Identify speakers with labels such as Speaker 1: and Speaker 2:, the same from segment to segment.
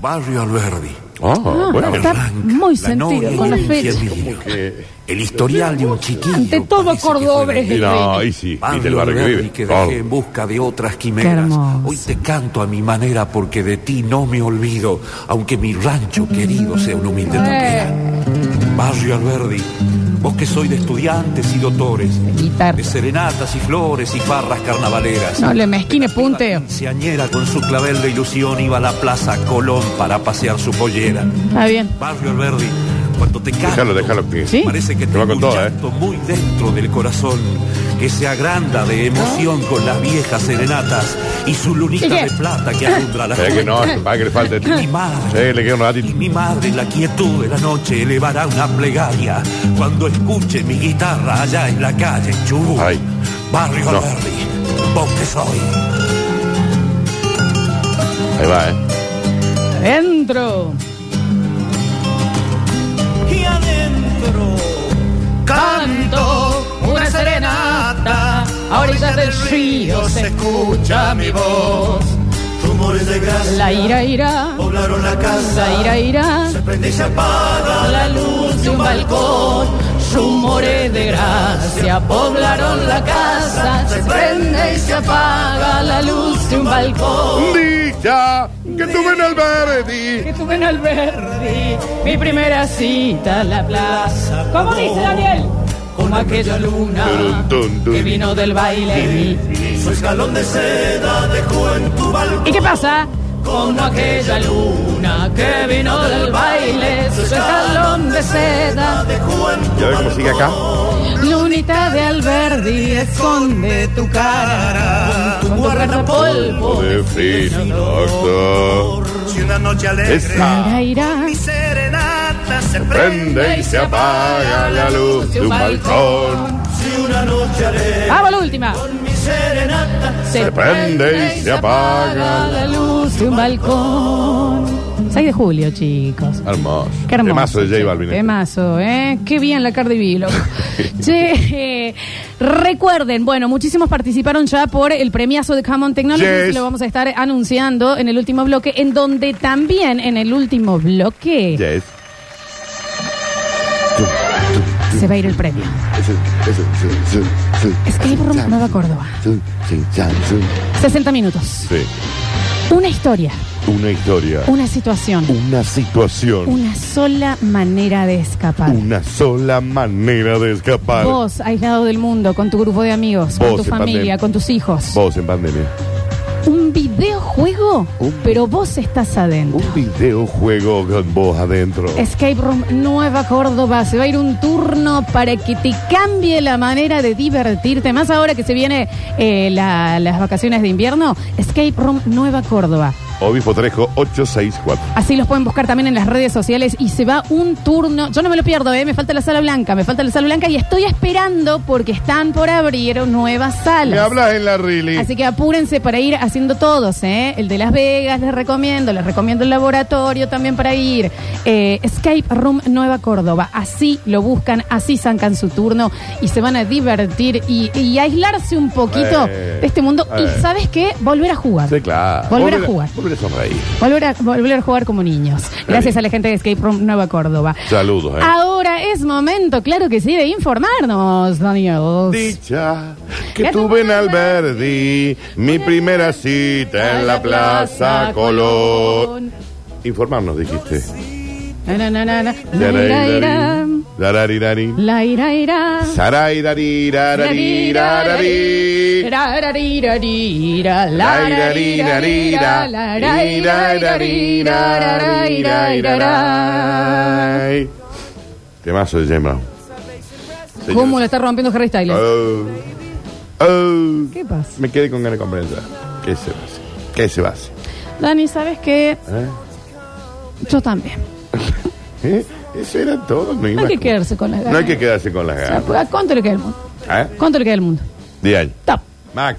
Speaker 1: Barrio Alberdi.
Speaker 2: Ah, bueno.
Speaker 1: El
Speaker 3: está
Speaker 1: ranking,
Speaker 3: muy
Speaker 1: la novia
Speaker 3: sentido
Speaker 1: de
Speaker 3: con la
Speaker 1: un
Speaker 3: fecha.
Speaker 1: infiel,
Speaker 2: que-
Speaker 1: El historial de un chiquillo.
Speaker 3: Ante todo
Speaker 1: parece que fue
Speaker 3: cordobés.
Speaker 1: el
Speaker 2: Y no, ahí sí, viste el
Speaker 1: Barrio
Speaker 2: barrio que
Speaker 1: Alberdi
Speaker 2: vive.
Speaker 1: que
Speaker 2: Todo.
Speaker 1: dejé en busca de otras quimeras.
Speaker 3: hermoso.
Speaker 1: Hoy te canto a mi manera porque de ti no me olvido, aunque mi rancho querido sea un humilde tapera. Barrio Alberdi, vos que soy de estudiantes y doctores,
Speaker 3: Guitarra.
Speaker 1: de serenatas y flores y farras carnavaleras.
Speaker 3: No le mezquine punteo.
Speaker 1: Quinceañera con su clavel de ilusión iba a la plaza Colón para pasear su pollera.
Speaker 3: Está bien.
Speaker 1: Barrio Alberdi, cuando te canto,
Speaker 2: Déjalo, déjalo que.
Speaker 3: Sí.
Speaker 1: parece que
Speaker 2: Que
Speaker 1: te
Speaker 2: va con
Speaker 1: un
Speaker 2: toda, ¿eh?
Speaker 1: llanto muy dentro del corazón que se agranda de emoción con las viejas serenatas y su lunita
Speaker 3: Ah. ¿Y qué?
Speaker 1: de plata que alumbra la
Speaker 2: Sabés que no,
Speaker 1: cuenta.
Speaker 2: para que le falte.
Speaker 1: Mi madre.
Speaker 2: Sí, le queda un
Speaker 1: Y
Speaker 2: ratito.
Speaker 1: mi madre, la quietud de la noche, elevará una plegaria cuando escuche mi guitarra allá en la calle Chubut.
Speaker 2: Ay.
Speaker 1: Barrio
Speaker 2: No.
Speaker 1: Alberdi, vos que soy.
Speaker 2: Ahí va, ¿eh?
Speaker 3: Adentro.
Speaker 1: Y adentro
Speaker 3: Canto una serenata, a orillas del río se escucha mi voz.
Speaker 1: rumores de gas
Speaker 3: La ira ira,
Speaker 1: poblaron la casa.
Speaker 3: la ira ira,
Speaker 1: Se prende y se apaga
Speaker 3: la luz de un balcón, rumores de gracia poblaron la casa, se prende y se apaga la luz de un balcón.
Speaker 2: Dicha que tuve en Alberti.
Speaker 3: Que tuve en Alberdi, mi primera cita en la plaza. ¿Cómo dice Daniel? Con aquella luna
Speaker 2: Dun, dun, dun.
Speaker 3: que vino del baile.
Speaker 1: Su escalón de seda dejó en tu balcón.
Speaker 3: ¿Y qué pasa? Como aquella luna que vino del baile, su escalón de seda,
Speaker 2: Ya ves cómo sigue acá.
Speaker 3: lunita de Alberdi, esconde tu cara, con tu guarda polvo.
Speaker 2: De fin, doctor.
Speaker 1: Si una noche alegre
Speaker 2: Esa.
Speaker 3: Irá, irá,
Speaker 1: mi serenata se prende.
Speaker 2: Prende y se apaga la luz de un balcón.
Speaker 1: Si una noche alegre
Speaker 3: Vamos Ah, la última.
Speaker 1: mi serenata.
Speaker 3: Se
Speaker 2: prende y se apaga
Speaker 3: la luz de un balcón. 6 de julio, chicos.
Speaker 2: Hermoso.
Speaker 3: Qué hermoso.
Speaker 2: Ah, Temazo de J Balvin. este.
Speaker 3: Qué mazo, ¿eh? Qué bien la Cardi B, loco. che, eh, recuerden, bueno, muchísimos participaron ya por el premiazo de Common Technologies.
Speaker 2: Yes.
Speaker 3: Lo vamos a estar anunciando en el último bloque, en donde también en el último bloque
Speaker 2: Yes.
Speaker 3: se va a ir el premio. Escape Room Nueva Córdoba. 60 minutos.
Speaker 2: Sí.
Speaker 3: Una historia,
Speaker 2: Una historia.
Speaker 3: una situación,
Speaker 2: Una situación.
Speaker 3: una sola manera de escapar.
Speaker 2: Una sola manera de escapar.
Speaker 3: Vos, aislado del mundo, con tu grupo de amigos, con
Speaker 2: Vos
Speaker 3: tu
Speaker 2: en
Speaker 3: familia,
Speaker 2: pandemia.
Speaker 3: con tus hijos.
Speaker 2: Vos en pandemia.
Speaker 3: un videojuego,
Speaker 2: Un-
Speaker 3: pero vos estás adentro.
Speaker 2: Un videojuego con vos adentro.
Speaker 3: Escape Room Nueva Córdoba, se va a ir un turno para que te cambie la manera de divertirte. Más ahora que se viene eh, la- las vacaciones de invierno, Escape Room Nueva Córdoba.
Speaker 2: Obispo Trejo 864.
Speaker 3: Así los pueden buscar también en las redes sociales y se va un turno. Yo no me lo pierdo, ¿eh? me falta la sala blanca, me falta la sala blanca y estoy esperando porque están por abrir nuevas salas.
Speaker 2: Me hablas en la Rili.
Speaker 3: Así que apúrense para ir haciendo todos, ¿eh? El de Las Vegas les recomiendo, les recomiendo el laboratorio también para ir. Eh, Escape Room Nueva Córdoba, así lo buscan, así sacan su turno y se van a divertir y, y aislarse un poquito
Speaker 2: Eh,
Speaker 3: de este mundo.
Speaker 2: eh.
Speaker 3: Y ¿sabes qué? Volver a jugar.
Speaker 2: Sí, claro.
Speaker 3: Volver a jugar.
Speaker 2: Volver a sonreír.
Speaker 3: Volver a, volver a jugar como niños. Gracias a la gente de Escape Room Nueva Córdoba.
Speaker 2: Saludos, eh.
Speaker 3: Ahora es momento, claro que sí, de informarnos, Daniel.
Speaker 2: Dicha que tuve en Alberdi mi primera cita en la Plaza Colón. Informarnos, dijiste.
Speaker 3: Na, na, na, na, na. La, ira, ira.
Speaker 2: Dararirari, dararirari.
Speaker 3: La, ira, ira.
Speaker 2: Saraidarari, darari, darari.
Speaker 3: Rararirarirarira. La, ira, ira, ira. La, ira, ira, ira, ira, ira, ira, ira.
Speaker 2: Irararirarirararai. Temazo de Jim Brown.
Speaker 3: ¿Cómo la está rompiendo Harry Styles?
Speaker 2: Oh. Oh.
Speaker 3: ¿Qué pasa?
Speaker 2: Me quedé con ganas de comprender. ¿Qué se base? ¿Qué se base?
Speaker 3: Dani, ¿sabes qué?
Speaker 2: ¿Eh?
Speaker 3: Yo también.
Speaker 2: ¿Eh? Eso era todo. No, hay
Speaker 3: No
Speaker 2: más
Speaker 3: hay que
Speaker 2: como-
Speaker 3: quedarse con las ganas.
Speaker 2: No hay que quedarse con las
Speaker 3: O sea,
Speaker 2: ganas.
Speaker 3: ¿Cuánto le queda el mundo?
Speaker 2: ¿Eh?
Speaker 3: ¿Cuánto le queda el mundo?
Speaker 2: De ahí.
Speaker 3: Top.
Speaker 2: Max.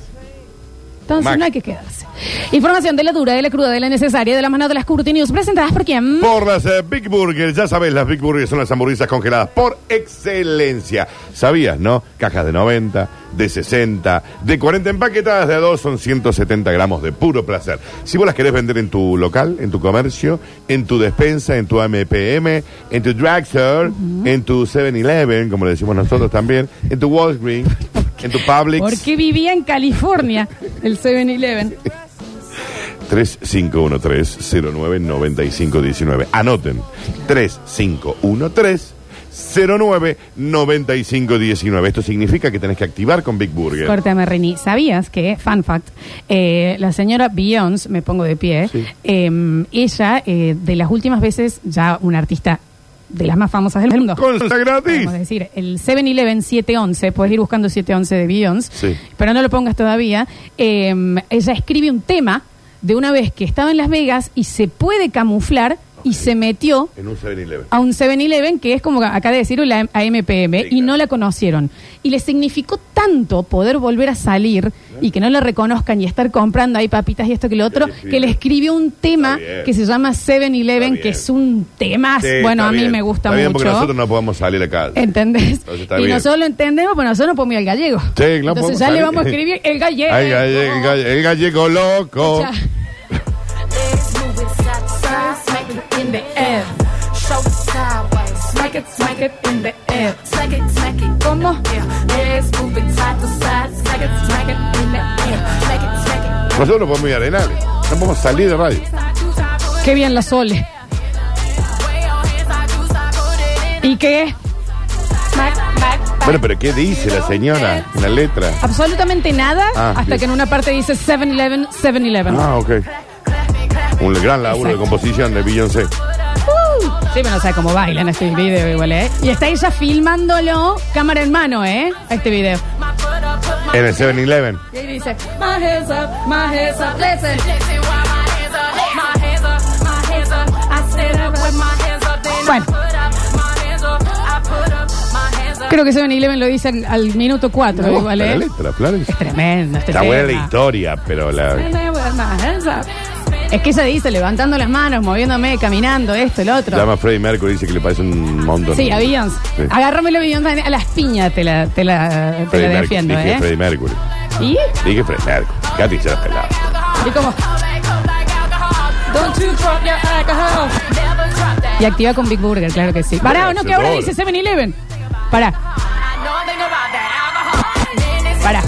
Speaker 3: Entonces
Speaker 2: Mac.
Speaker 3: no hay que quedarse. Información de la dura, de la cruda, de la necesaria, de la mano de las Curti News, presentadas por quién.
Speaker 2: Por las eh, Big Burgers, ya sabes, las Big Burgers son las hamburguesas congeladas por excelencia. ¿Sabías, no? Cajas de 90, de 60, de 40 empaquetadas de a dos son 170 gramos de puro placer. Si vos las querés vender en tu local, en tu comercio, en tu despensa, en tu AMPM, en tu drugstore, en tu 7-Eleven, como le decimos nosotros también, en tu Walgreens, en tu Publix.
Speaker 3: Porque vivía en California, el 7-Eleven.
Speaker 2: 3513-099519. Anoten. 3513-099519. Esto significa que tenés que activar con Big Burger.
Speaker 3: Cortame, Rini. ¿Sabías que, fun fact, eh, la señora Beyoncé, me pongo de pie,
Speaker 2: Sí.
Speaker 3: eh, ella, eh, de las últimas veces, ya una artista de las más famosas del mundo.
Speaker 2: Consta gratis.
Speaker 3: Podemos decir, el 7-Eleven 711, puedes ir buscando 711 de Beyoncé,
Speaker 2: Sí.
Speaker 3: pero no lo pongas todavía. Eh, ella escribe un tema de una vez que estaba en Las Vegas y se puede camuflar y se metió
Speaker 2: En un 7-Eleven.
Speaker 3: a un 7-Eleven que es como acá de decirlo, la AMPM,
Speaker 2: Sí,
Speaker 3: y
Speaker 2: claro.
Speaker 3: no la conocieron. Y le significó tanto poder volver a salir y que no la reconozcan y estar comprando ahí papitas y esto que lo otro,
Speaker 2: le escribió.
Speaker 3: que le escribió un tema
Speaker 2: Está bien.
Speaker 3: que se llama
Speaker 2: Está
Speaker 3: 7-Eleven,
Speaker 2: bien.
Speaker 3: que es un tema,
Speaker 2: Sí,
Speaker 3: bueno,
Speaker 2: está
Speaker 3: a mí
Speaker 2: bien.
Speaker 3: me gusta
Speaker 2: Está bien,
Speaker 3: mucho. Eh,
Speaker 2: porque nosotros no podemos salir acá.
Speaker 3: ¿Entendés?
Speaker 2: Entonces está
Speaker 3: y
Speaker 2: bien.
Speaker 3: nosotros lo entendemos, pero nosotros no podemos ir al gallego.
Speaker 2: Sí, claro, podemos
Speaker 3: Entonces ya
Speaker 2: salir.
Speaker 3: le vamos a escribir el gallego.
Speaker 2: Ay, galle- el, galle- el gallego loco.
Speaker 3: Ya. ¿Cómo?
Speaker 2: Nosotros no podemos ir a Arenales. No podemos salir de radio.
Speaker 3: Qué bien la Sole. ¿Y qué?
Speaker 2: Bueno, pero ¿qué dice la señora en la letra?
Speaker 3: Absolutamente nada
Speaker 2: Ah,
Speaker 3: hasta
Speaker 2: bien.
Speaker 3: que en una parte dice 7-Eleven, 7-Eleven.
Speaker 2: Ah, ok. Un gran laburo de composición de Beyoncé.
Speaker 3: Sí, pero no sé cómo bailan este video igual, ¿eh? Y está ella filmándolo, cámara en mano, ¿eh? A este video.
Speaker 2: En el 7-Eleven.
Speaker 3: Y ahí dice, my hands up, my hands up, listen. Bueno. Creo que 7-Eleven lo dice al, al minuto 4,
Speaker 2: Una bosta
Speaker 3: igual,
Speaker 2: Oh, La
Speaker 3: ¿eh?
Speaker 2: letra, Flores.
Speaker 3: Es tremendo este
Speaker 2: Está buena la
Speaker 3: tema.
Speaker 2: historia, pero la.
Speaker 3: Es que ella dice, levantando las manos, moviéndome, caminando, esto, el otro.
Speaker 2: Llama a Freddie Mercury dice que le parece un montón.
Speaker 3: Sí, a Beyoncé.
Speaker 2: Sí.
Speaker 3: Agárramelo, Beyoncé. A las piñas te la, te la, te
Speaker 2: Freddie
Speaker 3: la
Speaker 2: Mercury.
Speaker 3: defiendo,
Speaker 2: Dije
Speaker 3: ¿eh?
Speaker 2: Freddie Mercury.
Speaker 3: ¿Y?
Speaker 2: Dije Freddie Mercury. Katy se la pelaba.
Speaker 3: Y como... Y activa con Big Burger, claro que sí. Pará, ¿o no, que ahora dice 7-Eleven. Pará. Pará.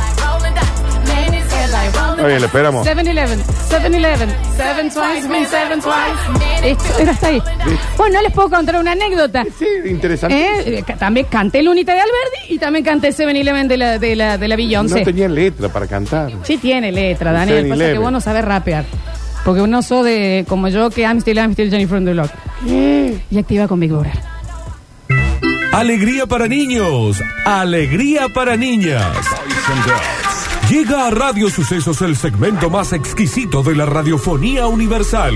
Speaker 2: Oye, le esperamos.
Speaker 3: 7-Eleven, 7-Eleven, 7 twice, me 7 twice. Listo, era hasta ahí. Bueno, no les puedo contar una anécdota.
Speaker 2: Sí, interesante.
Speaker 3: ¿Eh? Eh, ca- También canté el Unita de Alberti y también canté 7-Eleven de la, de la, de la
Speaker 2: No
Speaker 3: Beyoncé.
Speaker 2: tenía letra para cantar.
Speaker 3: Sí tiene letra, Daniel. Pasa
Speaker 2: 7-Eleven.
Speaker 3: que vos no sabés rapear. Porque uno sos de, como yo, que I'm still, I'm still Jenny from the block.
Speaker 2: Mm.
Speaker 3: Y activa con Big Brother.
Speaker 4: Alegría para niños, alegría para niñas. Llega a Radio Sucesos el segmento más exquisito de la radiofonía universal.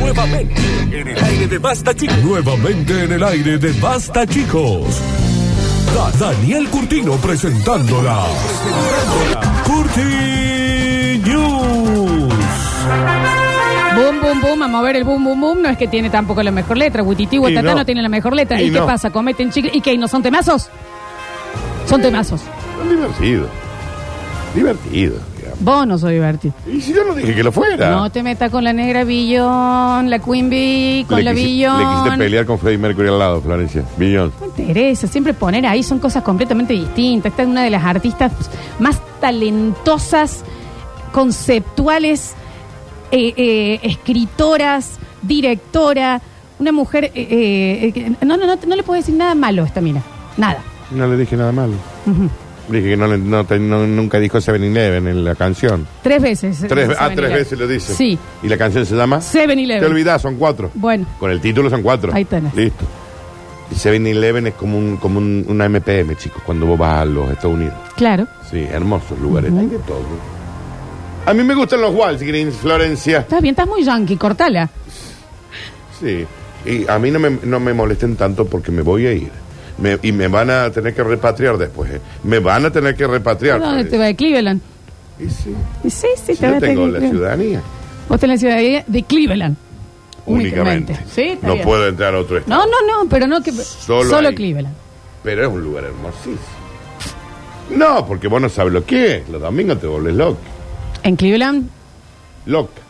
Speaker 4: Nuevamente en el aire de Basta Chicos. Nuevamente en el aire de Basta Chicos. Da- Daniel Curtino presentándola. Curti News.
Speaker 3: Boom, boom, boom, a mover el boom, boom, boom. No es que tiene tampoco la mejor letra. Guititi, Guatatá
Speaker 2: no.
Speaker 3: no. tiene la mejor letra.
Speaker 2: Y
Speaker 3: ¿Y, qué
Speaker 2: no.
Speaker 3: pasa? ¿Cometen chicle? ¿Y qué? ¿No son temazos? Son temazos.
Speaker 2: Divertido. Divertido. digamos.
Speaker 3: Vos no sos divertido.
Speaker 2: Y si yo no dije que lo fuera.
Speaker 3: No te metas con la negra Billón, la Queen Bee, con
Speaker 2: Le
Speaker 3: la
Speaker 2: quisi-
Speaker 3: Billón.
Speaker 2: Le quisiste pelear con Freddie Mercury al lado, Florencia. Beyoncé.
Speaker 3: No interesa, siempre poner ahí son cosas completamente distintas. Esta es una de las artistas más talentosas, conceptuales, eh, eh, escritoras, directora, una mujer... eh, eh, eh, que- no, no, no, no le puedo decir nada malo a esta mina, nada.
Speaker 2: No le dije nada malo.
Speaker 3: Ujú.
Speaker 2: Dije que no, le- no te- no- nunca dijo 7-Eleven en la canción.
Speaker 3: Tres veces. eh,
Speaker 2: Tres, ah,
Speaker 3: 7-Eleven.
Speaker 2: tres veces lo dice.
Speaker 3: Sí,
Speaker 2: ¿Y la canción se llama? Te
Speaker 3: 7-Eleven.
Speaker 2: olvidás, son cuatro.
Speaker 3: Bueno,
Speaker 2: Con el título son cuatro.
Speaker 3: Ahí tenés.
Speaker 2: Listo. Y 7-Eleven es como, un, como un- una MPM, chicos, cuando vos vas a los Estados Unidos.
Speaker 3: claro.
Speaker 2: Sí, hermosos lugares. Hay de todo. A mí me gustan los Walsh Greens, Florencia.
Speaker 3: Estás bien, estás muy yankee, cortala.
Speaker 2: Sí. Y a mí no me, no me molesten tanto porque me voy a ir. Me- y me van a tener que repatriar después. ¿eh? Me van a tener que repatriar.
Speaker 3: ¿Dónde
Speaker 2: Florencia.
Speaker 3: te va de Cleveland?
Speaker 2: Y sí,
Speaker 3: Y Sí, sí,
Speaker 2: si yo
Speaker 3: vas a
Speaker 2: tengo
Speaker 3: tener-
Speaker 2: la ciudadanía
Speaker 3: Vos tenés la ciudadanía de Cleveland.
Speaker 2: únicamente.
Speaker 3: Sí, está
Speaker 2: no
Speaker 3: bien.
Speaker 2: puedo entrar a otro estado.
Speaker 3: No, no, no, pero no que. Solo,
Speaker 2: ahí.
Speaker 3: Cleveland.
Speaker 2: Pero es un lugar hermosísimo. No, porque vos no sabes lo que es. Los domingos te volvés loca.
Speaker 3: En Cleveland
Speaker 2: Loca.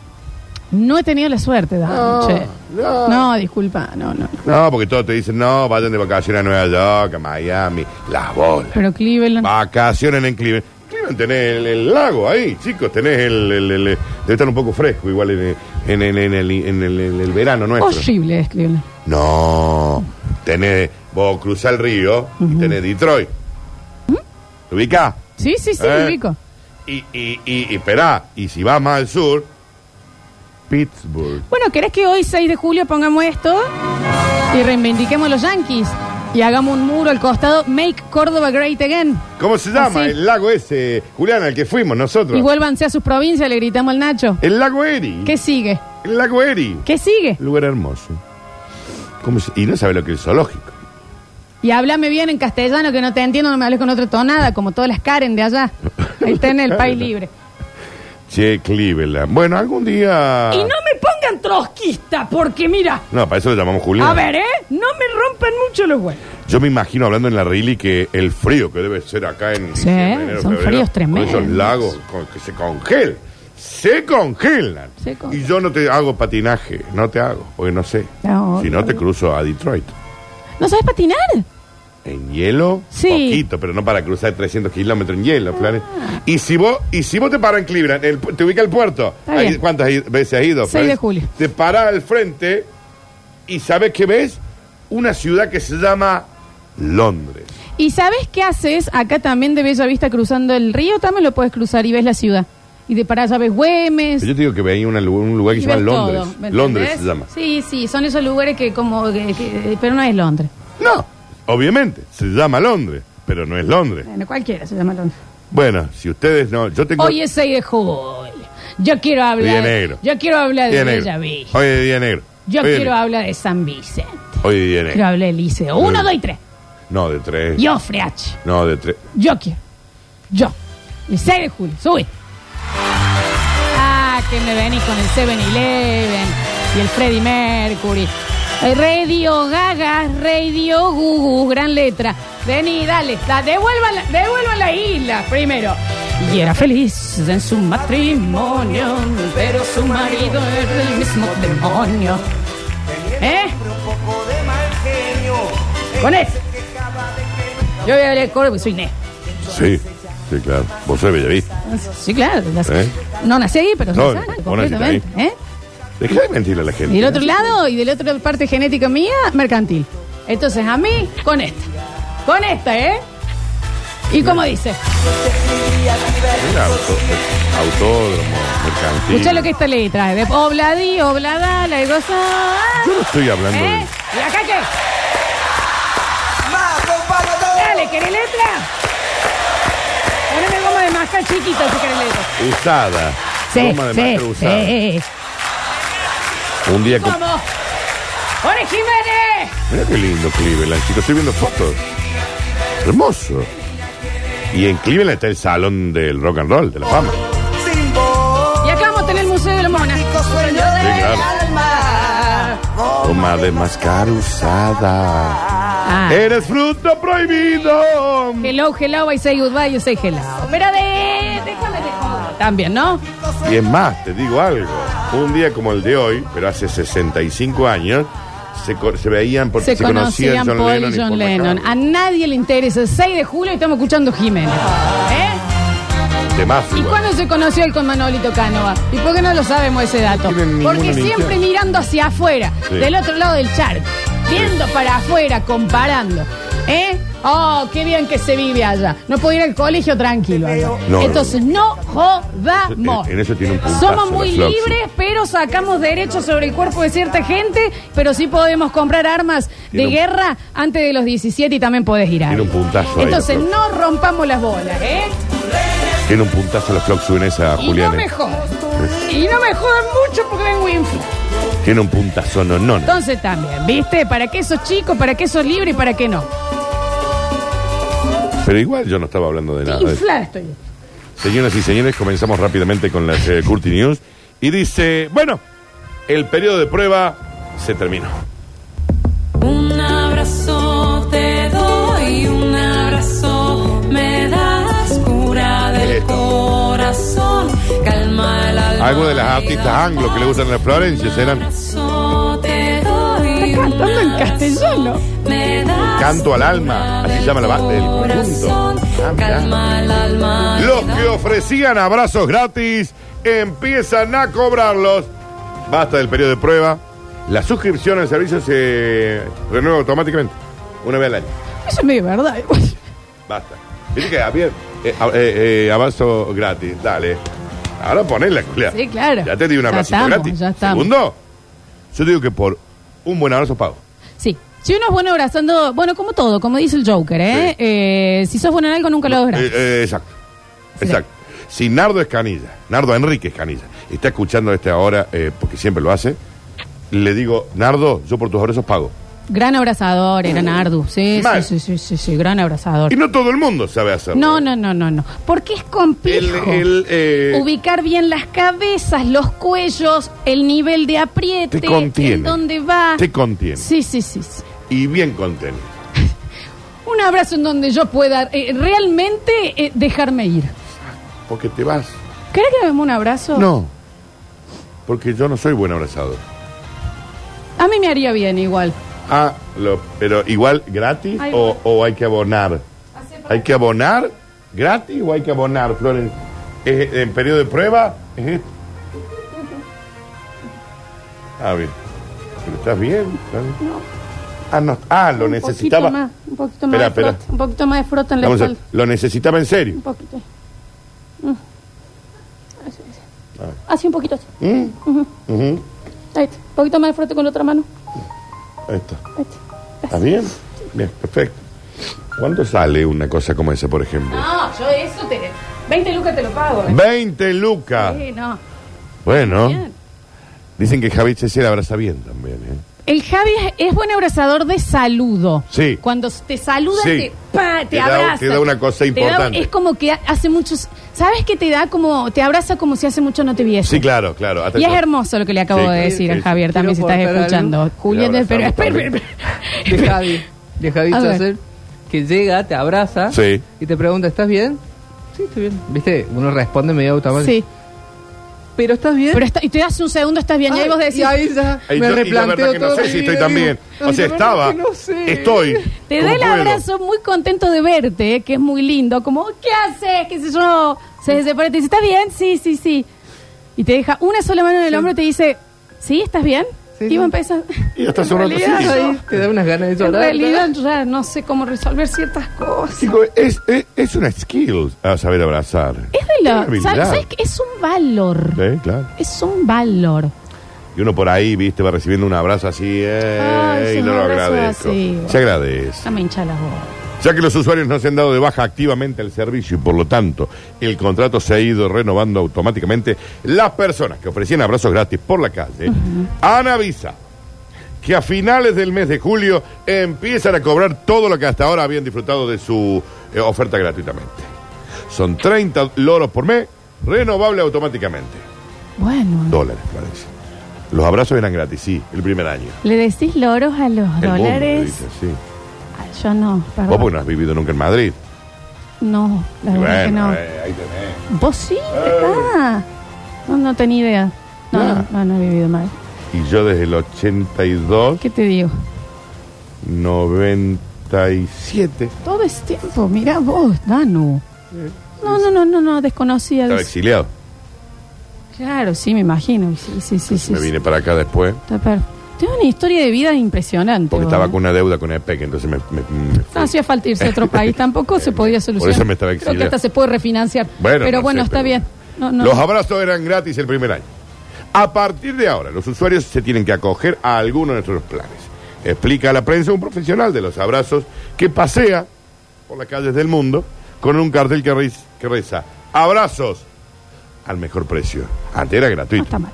Speaker 3: no he tenido la suerte, Dan,
Speaker 2: No,
Speaker 3: che.
Speaker 2: no.
Speaker 3: No, disculpa, no, no.
Speaker 2: No, porque todos te dicen, no, vayan de vacaciones a Nueva York, a Miami. Las bolas.
Speaker 3: Pero Cleveland.
Speaker 2: Vacaciones en Cleveland. Cleveland tenés el, el lago ahí, chicos. Tenés el, el- el- el- Debe estar un poco fresco igual en, en- en- en el, en el- en el verano nuestro.
Speaker 3: Horrible es Cleveland.
Speaker 2: No, tenés, vos cruzás el río y tenés Detroit.
Speaker 3: ¿Mm?
Speaker 2: ¿Te ubicás?
Speaker 3: Sí, sí, sí,
Speaker 2: Eh.
Speaker 3: lo ubico.
Speaker 2: Y, y, y, y esperá, y si vas más al sur, Pittsburgh.
Speaker 3: Bueno, ¿querés que hoy, 6 de julio, pongamos esto y reivindiquemos los Yankees y hagamos un muro al costado? Make Córdoba Great Again.
Speaker 2: ¿Cómo se llama?
Speaker 3: Así.
Speaker 2: El lago ese, Julián, al que fuimos nosotros.
Speaker 3: Y vuélvanse a sus provincias, le gritamos al Nacho.
Speaker 2: El lago Eri.
Speaker 3: ¿Qué sigue?
Speaker 2: El lago Eri.
Speaker 3: ¿Qué sigue?
Speaker 2: Lugar hermoso. ¿Cómo se- Y no sabe lo que es el zoológico.
Speaker 3: Y háblame bien en castellano, que no te entiendo, no me hables con otra tonada, como todas las Karen de allá. Ahí en el país libre.
Speaker 2: Che, Cleveland. Bueno, algún día...
Speaker 3: Y no me pongan trotskista, porque mira,
Speaker 2: No, para eso lo llamamos Julián.
Speaker 3: a ver, ¿eh? No me rompan mucho los huevos.
Speaker 2: Yo me imagino hablando en la Rili que el frío que debe ser acá en.
Speaker 3: Sí,
Speaker 2: diciembre, enero,
Speaker 3: son
Speaker 2: febrero,
Speaker 3: fríos
Speaker 2: con
Speaker 3: tremendos.
Speaker 2: Esos lagos con- que se congelan. Se congelan.
Speaker 3: Se congelan.
Speaker 2: Y yo no te hago patinaje. No te hago, porque no sé.
Speaker 3: No,
Speaker 2: si no, te cruzo a Detroit.
Speaker 3: ¿No sabes patinar?
Speaker 2: En hielo,
Speaker 3: Sí.
Speaker 2: poquito, pero no para cruzar 300 kilómetros en hielo, Flores. Y si vos, y si vos te paras en Cleveland, el pu- te ubica el puerto.
Speaker 3: Está
Speaker 2: Ahí,
Speaker 3: bien.
Speaker 2: ¿Cuántas i- veces has ido?
Speaker 3: Seis de julio.
Speaker 2: Te paras al frente y sabes qué ves una ciudad que se llama Londres.
Speaker 3: ¿Y sabes qué haces acá también de Bella Vista cruzando el río? También lo puedes cruzar y ves la ciudad. Y de para allá ves Güemes.
Speaker 2: Pero yo te digo que veía una lu- un lugar que
Speaker 3: y
Speaker 2: se llama
Speaker 3: ves todo,
Speaker 2: Londres.
Speaker 3: ¿me
Speaker 2: Londres
Speaker 3: entendés?
Speaker 2: se llama.
Speaker 3: Sí, sí, son esos lugares que como... que- que- pero no es Londres.
Speaker 2: No, obviamente, se llama Londres, pero no es Londres.
Speaker 3: Bueno, cualquiera se llama Londres.
Speaker 2: Bueno, si ustedes no, yo tengo...
Speaker 3: Hoy es 6 de julio. Yo quiero
Speaker 2: Día
Speaker 3: hablar...
Speaker 2: negro.
Speaker 3: Yo quiero hablar
Speaker 2: día
Speaker 3: de
Speaker 2: negro.
Speaker 3: Bella Vista.
Speaker 2: Hoy es día negro.
Speaker 3: Yo
Speaker 2: Hoy es
Speaker 3: quiero
Speaker 2: negro.
Speaker 3: hablar de San Vicente.
Speaker 2: Hoy es día negro.
Speaker 3: Quiero hablar de Liceo. Uno,
Speaker 2: Sí.
Speaker 3: dos y tres.
Speaker 2: No, de tres.
Speaker 3: Yo, Freach.
Speaker 2: No, de tres.
Speaker 3: Yo quiero. Yo. El 6 de julio. Sube. Ah, que me venís con el 7-Eleven y el Freddie Mercury. Eh, Radio Gaga, Radio Gugu, gran letra. Vení, dale, da- devuelvan, la, devuelvan la isla primero. Y era feliz en su matrimonio, pero su marido era el mismo demonio. ¿Eh? Con eso. Yo voy a ver el coro porque soy negro.
Speaker 2: Sí, sí, claro. Vos sos de Bellavista.
Speaker 3: Sí, claro. las-
Speaker 2: ¿Eh?
Speaker 3: No nací ahí, pero
Speaker 2: No,
Speaker 3: soy sana,
Speaker 2: vos naciste
Speaker 3: completamente. ¿eh?
Speaker 2: Dejá de mentir a la gente.
Speaker 3: Y del otro lado, y de la otra parte genética mía, mercantil. Entonces, a mí, con esta. Con esta, ¿eh? Y como dice,
Speaker 2: Un auto- autódromo, mercantil.
Speaker 3: escucha lo que esta ley trae. De obladí, oblada, la goza.
Speaker 2: Yo no estoy hablando
Speaker 3: ¿Eh?
Speaker 2: de...
Speaker 3: ¿Y acá qué? Dale, ¿querés letra? Poneme goma de mascar chiquita si querés letra.
Speaker 2: Usada. Goma de
Speaker 3: Sí,
Speaker 2: mascar
Speaker 3: sí,
Speaker 2: usada.
Speaker 3: sí.
Speaker 2: Un día con...
Speaker 3: ¿Cómo? ¡Ore Jiménez!
Speaker 2: Mira qué lindo Cleveland, chicos. Estoy viendo fotos. Hermoso. Y en Cleveland está el salón del rock and roll, de la fama.
Speaker 3: Y acá vamos a tener el Museo de la Mona.
Speaker 2: Toma de mascar usada.
Speaker 3: Ah.
Speaker 2: Eres fruto prohibido.
Speaker 3: Hello, hello, I say goodbye, you say hello. Pero de, déjame de joder. También, ¿no?
Speaker 2: Y es más, te digo algo. Un día como el de hoy, pero hace 65 años, se, co- se veían porque
Speaker 3: Se,
Speaker 2: se,
Speaker 3: conocían
Speaker 2: John
Speaker 3: Paul
Speaker 2: Lennon
Speaker 3: y John
Speaker 2: Paul
Speaker 3: Lennon. A
Speaker 2: McCartney.
Speaker 3: nadie le interesa. El 6 de julio y estamos escuchando Jiménez. ¿Eh?
Speaker 2: Temazo
Speaker 3: ¿Y
Speaker 2: igual.
Speaker 3: cuándo se conoció él con Manolito Cánova? ¿Y por qué no lo sabemos ese dato?
Speaker 2: No tienen
Speaker 3: Porque
Speaker 2: ninguna
Speaker 3: siempre
Speaker 2: licencia.
Speaker 3: mirando hacia afuera,
Speaker 2: Sí.
Speaker 3: del otro lado del charco, viendo para afuera, comparando. ¿Eh? Oh, qué bien que se vive allá. No puedo ir al colegio tranquilo. allá.
Speaker 2: No,
Speaker 3: Entonces, no jodamos.
Speaker 2: En- en eso tiene un puntazo
Speaker 3: Somos
Speaker 2: la
Speaker 3: muy
Speaker 2: Floxy.
Speaker 3: libres, pero sacamos derechos sobre el cuerpo de cierta gente, pero sí podemos comprar armas de
Speaker 2: Tiene un-
Speaker 3: guerra antes de los 17 y también podés ir a.
Speaker 2: Tiene un puntazo ahí, la
Speaker 3: Entonces,
Speaker 2: Floxy.
Speaker 3: no rompamos las bolas, ¿eh?
Speaker 2: Tiene un puntazo la Floxu en esa,
Speaker 3: Y no
Speaker 2: Juliana.
Speaker 3: me jodan. Y no me jodan mucho porque vengo infla.
Speaker 2: Tiene un puntazo no, no. no.
Speaker 3: Entonces también, ¿viste? ¿Para qué sos chico? ¿Para qué sos libre? ¿Y para qué no?
Speaker 2: Pero igual yo no estaba hablando de nada.
Speaker 3: Infla estoy.
Speaker 2: Señoras y señores, comenzamos rápidamente con las eh, Curti News. Y dice, bueno, el periodo de prueba se terminó.
Speaker 5: Un abrazo te doy, un abrazo me das cura del
Speaker 2: Esto.
Speaker 5: corazón, calma el alma.
Speaker 2: Algo de las artistas anglo que le gustan las Florencia
Speaker 5: Un
Speaker 2: serán
Speaker 5: abrazo te doy,
Speaker 3: Está
Speaker 5: un
Speaker 3: cantando en
Speaker 5: abrazo
Speaker 3: castellano.
Speaker 5: me das
Speaker 2: Canto al alma,
Speaker 5: cura
Speaker 2: así se llama la banda, el conjunto. Ah, mirá.
Speaker 5: calma el alma.
Speaker 2: Los que ofrecían abrazos gratis empiezan a cobrarlos. Basta del periodo de prueba. La suscripción al servicio se renueva automáticamente. Una vez al año.
Speaker 3: Eso es medio verdad. igual.
Speaker 2: Basta. Dice que había eh, a- eh, eh, abrazo gratis. Dale. Ahora poné la culia.
Speaker 3: Sí, claro.
Speaker 2: Ya te di un
Speaker 3: Ya
Speaker 2: abrazo
Speaker 3: estamos,
Speaker 2: gratis.
Speaker 3: ya estamos.
Speaker 2: Segundo, yo digo que por un buen abrazo pago.
Speaker 3: Sí. Si uno es bueno abrazando, bueno, como todo, como dice el Joker, ¿eh?
Speaker 2: Sí.
Speaker 3: Eh, si sos bueno en algo, nunca lo logras.
Speaker 2: Eh, eh, exacto. Exacto. Si Nardo Escanilla, Nardo Enrique Escanilla, está escuchando este ahora, eh, porque siempre lo hace, le digo, Nardo, yo por tus abrazos pago.
Speaker 3: Gran abrazador, era Nardu. Sí,
Speaker 2: Mm. Mal.
Speaker 3: sí, sí, sí, sí, sí, gran abrazador.
Speaker 2: Y no todo el mundo sabe hacerlo.
Speaker 3: No, no, no, no, no. Porque es
Speaker 2: El,
Speaker 3: complejo.
Speaker 2: el, eh,
Speaker 3: Ubicar bien las cabezas, los cuellos, el nivel de apriete,
Speaker 2: te contiene.
Speaker 3: en dónde va.
Speaker 2: Te contiene.
Speaker 3: Sí, sí, sí, sí.
Speaker 2: Y bien contenido.
Speaker 3: Un abrazo en donde yo pueda eh, realmente eh, dejarme ir.
Speaker 2: Porque te vas.
Speaker 3: ¿Querés que demos un abrazo?
Speaker 2: No. Porque yo no soy buen abrazador.
Speaker 3: A mí me haría bien igual.
Speaker 2: Ah, lo- pero igual gratis
Speaker 3: Ay,
Speaker 2: o, o hay que abonar.
Speaker 3: Hace para-
Speaker 2: ¿Hay que abonar gratis o hay que abonar, Floren? ¿Es eh, en periodo de prueba? ¿Es esto? Ah, bien. ¿Pero estás bien? Floren? Ah, no. Ah, lo
Speaker 3: Un
Speaker 2: necesitaba.
Speaker 3: Poquito más, un poquito más
Speaker 2: Espera,
Speaker 3: de
Speaker 2: espera.
Speaker 3: frota, un poquito más de frota en la
Speaker 2: Vamos a ver,
Speaker 3: espalda.
Speaker 2: Lo necesitaba en serio.
Speaker 3: Un poquito. Mm. Así, así. Así un poquito. así.
Speaker 2: Ah. ¿Mm? Ujú.
Speaker 3: Ahí está. Un poquito más de frota con la otra mano.
Speaker 2: Ahí está.
Speaker 3: Ahí está.
Speaker 2: ¿Estás bien?
Speaker 3: este.
Speaker 2: Bien, perfecto. ¿Cuánto sale una cosa como esa, por ejemplo?
Speaker 3: No, yo eso te. 20 lucas te lo pago. eh.
Speaker 2: 20 lucas.
Speaker 3: Sí, no.
Speaker 2: Bueno,
Speaker 3: Bien.
Speaker 2: dicen que Javi Chesel abraza bien también, ¿eh?
Speaker 3: El Javi es, es buen abrazador de saludo.
Speaker 2: Sí.
Speaker 3: Cuando te saluda,
Speaker 2: Sí.
Speaker 3: te, pa, te,
Speaker 2: Te da-
Speaker 3: abraza.
Speaker 2: te da una cosa
Speaker 3: Te da-
Speaker 2: importante.
Speaker 3: es como que hace muchos. ¿Sabes que te da como. Te abraza como si hace mucho no te viese?
Speaker 2: Sí, claro, claro.
Speaker 3: Y es
Speaker 2: Atención.
Speaker 3: hermoso lo que le acabo
Speaker 2: Sí,
Speaker 3: de
Speaker 2: claro.
Speaker 3: decir
Speaker 2: Sí,
Speaker 3: a
Speaker 2: sí.
Speaker 3: Javier también, si
Speaker 6: Quiero
Speaker 3: estás
Speaker 6: aportar
Speaker 3: escuchando.
Speaker 6: algo.
Speaker 3: Julián,
Speaker 2: Le
Speaker 3: de- pero
Speaker 2: abrazamos
Speaker 3: espera, espera,
Speaker 6: de
Speaker 3: espera.
Speaker 6: Javi, de Javi
Speaker 3: A ver.
Speaker 6: Chaucer, que llega, te abraza
Speaker 2: Sí.
Speaker 6: y te pregunta, ¿estás bien? Sí, estoy bien. Viste, uno responde medio automático.
Speaker 3: Sí.
Speaker 6: Pero ¿estás bien?
Speaker 3: Pero está- y te das un segundo, estás bien, y ahí
Speaker 6: Ay,
Speaker 3: vos decís.
Speaker 6: y ahí ya
Speaker 2: Ahí
Speaker 6: me
Speaker 2: yo- y la
Speaker 6: replanteo
Speaker 2: verdad que no
Speaker 6: todo
Speaker 2: sé
Speaker 6: mi
Speaker 2: si
Speaker 6: vida,
Speaker 2: estoy tan
Speaker 6: digo,
Speaker 2: bien.
Speaker 6: ay,
Speaker 2: O sea,
Speaker 6: la verdad
Speaker 2: estaba,
Speaker 6: que no sé.
Speaker 2: estoy.
Speaker 3: Te
Speaker 2: ¿Cómo
Speaker 3: da el
Speaker 2: puedo?
Speaker 3: abrazo muy contento de verte, eh, que es muy lindo. Como, ¿qué haces? ¿Qué sé yo? Se separa y te dice, ¿estás bien? Sí, sí, sí. Y te deja una sola mano en el hombro y te dice, ¿sí? ¿Estás bien?
Speaker 6: Sí,
Speaker 3: y vos
Speaker 6: sí.
Speaker 3: empezás.
Speaker 2: Y hasta
Speaker 3: En
Speaker 2: hace un rato,
Speaker 3: realidad,
Speaker 2: sí.
Speaker 3: yo-
Speaker 6: Ay, te da unas ganas de
Speaker 3: En
Speaker 6: llorar.
Speaker 3: realidad, ya no sé cómo resolver ciertas cosas.
Speaker 2: Chico, es, es, es una skill a saber abrazar.
Speaker 3: Es de
Speaker 2: Una
Speaker 3: lo.
Speaker 2: habilidad.
Speaker 3: ¿sabes, ¿sabes qué? Es un valor.
Speaker 2: Sí, claro.
Speaker 3: Es un valor.
Speaker 2: Y uno por ahí, viste, va recibiendo un abrazo así, eh,
Speaker 3: Ay, sí,
Speaker 2: y
Speaker 3: un
Speaker 2: no lo
Speaker 3: abrazo
Speaker 2: agradezco.
Speaker 3: así.
Speaker 2: Se agradece.
Speaker 3: Ya me hincha las bolas.
Speaker 2: Ya que los usuarios no se han dado de baja activamente el servicio y por lo tanto el contrato se ha ido renovando automáticamente, las personas que ofrecían abrazos gratis por la calle han avisado que a finales del mes de julio empiezan a cobrar todo lo que hasta ahora habían disfrutado de su eh, oferta gratuitamente. Son 30 loros por mes, renovable automáticamente.
Speaker 3: Bueno.
Speaker 2: Dólares, Florencia. Los abrazos eran gratis, sí, el primer año.
Speaker 3: ¿Le decís loros a los
Speaker 2: El mundo,
Speaker 3: dólares? Ah.
Speaker 2: dice, sí.
Speaker 3: Ay, yo no, perdón.
Speaker 2: Vos porque no has vivido nunca en Madrid.
Speaker 3: No, la
Speaker 2: Y
Speaker 3: verdad que no.
Speaker 2: eh, ahí tenés.
Speaker 3: Vos sí, ah. No, no tenía idea. No,
Speaker 2: Ah.
Speaker 3: no, no, no he vivido mal.
Speaker 2: Y yo desde el 82,
Speaker 3: ¿Qué te digo?
Speaker 2: 97.
Speaker 3: Todo ese tiempo, mirá vos, Danu. No, no, no, no, no, desconocía.
Speaker 2: Estaba
Speaker 3: dice.
Speaker 2: exiliado.
Speaker 3: Claro, sí, me imagino. Sí, sí, sí. sí,
Speaker 2: Me
Speaker 3: sí.
Speaker 2: vine para acá después.
Speaker 3: Está per- Tengo una historia de vida impresionante.
Speaker 2: Porque
Speaker 3: vos,
Speaker 2: estaba
Speaker 3: ¿eh?
Speaker 2: con una deuda con E EPEC, entonces me, me- me fui.
Speaker 3: No hacía falta irse a otro país, tampoco se podía solucionar.
Speaker 2: eso me estaba
Speaker 3: Creo que
Speaker 2: exiliando.
Speaker 3: hasta se puede refinanciar.
Speaker 2: Bueno,
Speaker 3: pero
Speaker 2: no
Speaker 3: bueno,
Speaker 2: sé,
Speaker 3: está
Speaker 2: pero-
Speaker 3: bien. No, no.
Speaker 2: Los abrazos eran gratis el primer año. A partir de ahora, los usuarios se tienen que acoger a alguno de nuestros planes. Explica a la prensa un profesional de los abrazos que pasea por las calles del mundo con un cartel que, re- que reza abrazos al mejor precio. Antes era
Speaker 3: No
Speaker 2: gratuito.
Speaker 3: Ah, está mal.